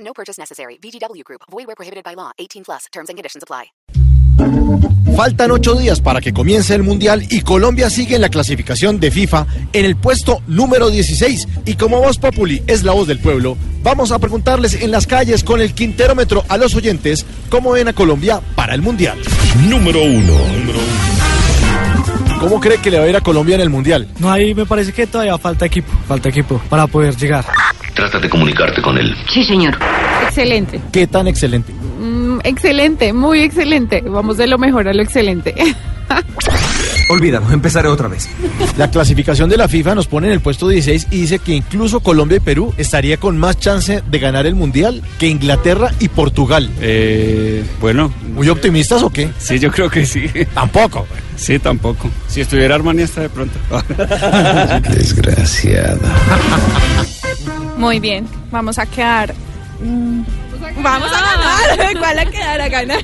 No purchase necessary. VGW Group. Void where prohibited by law. 18 plus. Terms and conditions apply. Faltan ocho días para que comience el Mundial y Colombia sigue en la clasificación de FIFA en el puesto número 16. Y como Voz Populi es la voz del pueblo, vamos a preguntarles en las calles con el quinterómetro a los oyentes cómo ven a Colombia para el Mundial. Número uno. ¿Cómo cree que le va a ir a Colombia en el Mundial? No, ahí me parece que todavía falta equipo, falta equipo para poder llegar. Trata de comunicarte con él. Sí, señor. Excelente. ¿Qué tan excelente? Mm, excelente, muy excelente. Vamos de lo mejor a lo excelente. Olvídalo, empezaré otra vez. La clasificación de la FIFA nos pone en el puesto 16 y dice que incluso Colombia y Perú estaría con más chance de ganar el Mundial que Inglaterra y Portugal. Eh, bueno, ¿Muy optimistas o qué? sí, yo creo que sí. Tampoco. Sí, tampoco. Si estuviera Armani hasta de pronto. Desgraciada. Muy bien, vamos a quedar. mm, Vamos a ganar. ¿Cuál a quedar a ganar?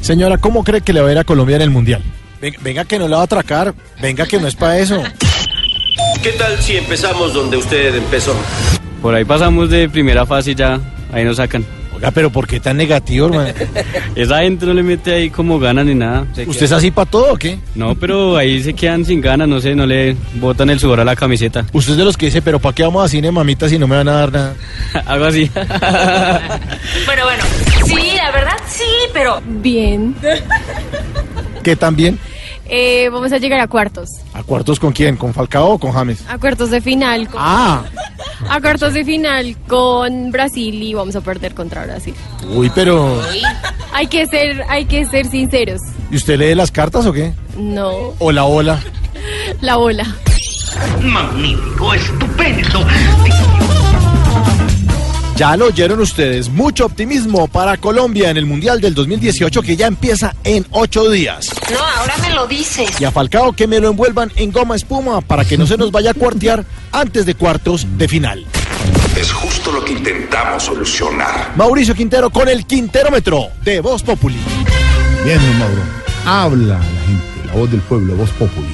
Señora, ¿cómo cree que le va a ir a Colombia en el Mundial? Venga, venga que no la va a atracar, venga que no es para eso. ¿Qué tal si empezamos donde usted empezó? Por ahí pasamos de primera fase y ya ahí nos sacan. Oiga, pero ¿por qué tan negativo, hermano? Esa gente no le mete ahí como gana ni nada. Se ¿Usted es así para todo o qué? queda- No, pero ahí se quedan sin ganas, no sé, no le botan el sudor a la camiseta. Usted es de los que dice, pero ¿para qué vamos a cine, mamita, si no me van a dar nada? Algo así. Pero bueno, sí, la verdad sí, pero Bien. ¿Qué tan bien? Eh, vamos a llegar a cuartos. ¿A cuartos con quién? ¿Con Falcao o con James? A cuartos de final. con- Ah, A cuartos de final con Brasil y vamos a perder contra Brasil. uy, pero... Hay que ser, hay que ser sinceros. ¿Y usted lee las cartas o qué? No, Hola, hola. la bola. Magnífico, estupendo. Ya lo oyeron ustedes, mucho optimismo para Colombia en el Mundial del 2018 que ya empieza en ocho días. no, ahora me lo dices. Y a Falcao que me lo envuelvan en goma espuma para que no se nos vaya a cuartear antes de cuartos de final. Es justo lo que intentamos solucionar. Mauricio Quintero con el quinterómetro de Voz Populi. Bien, don Mauro. Habla la gente, la voz del pueblo, voz popular.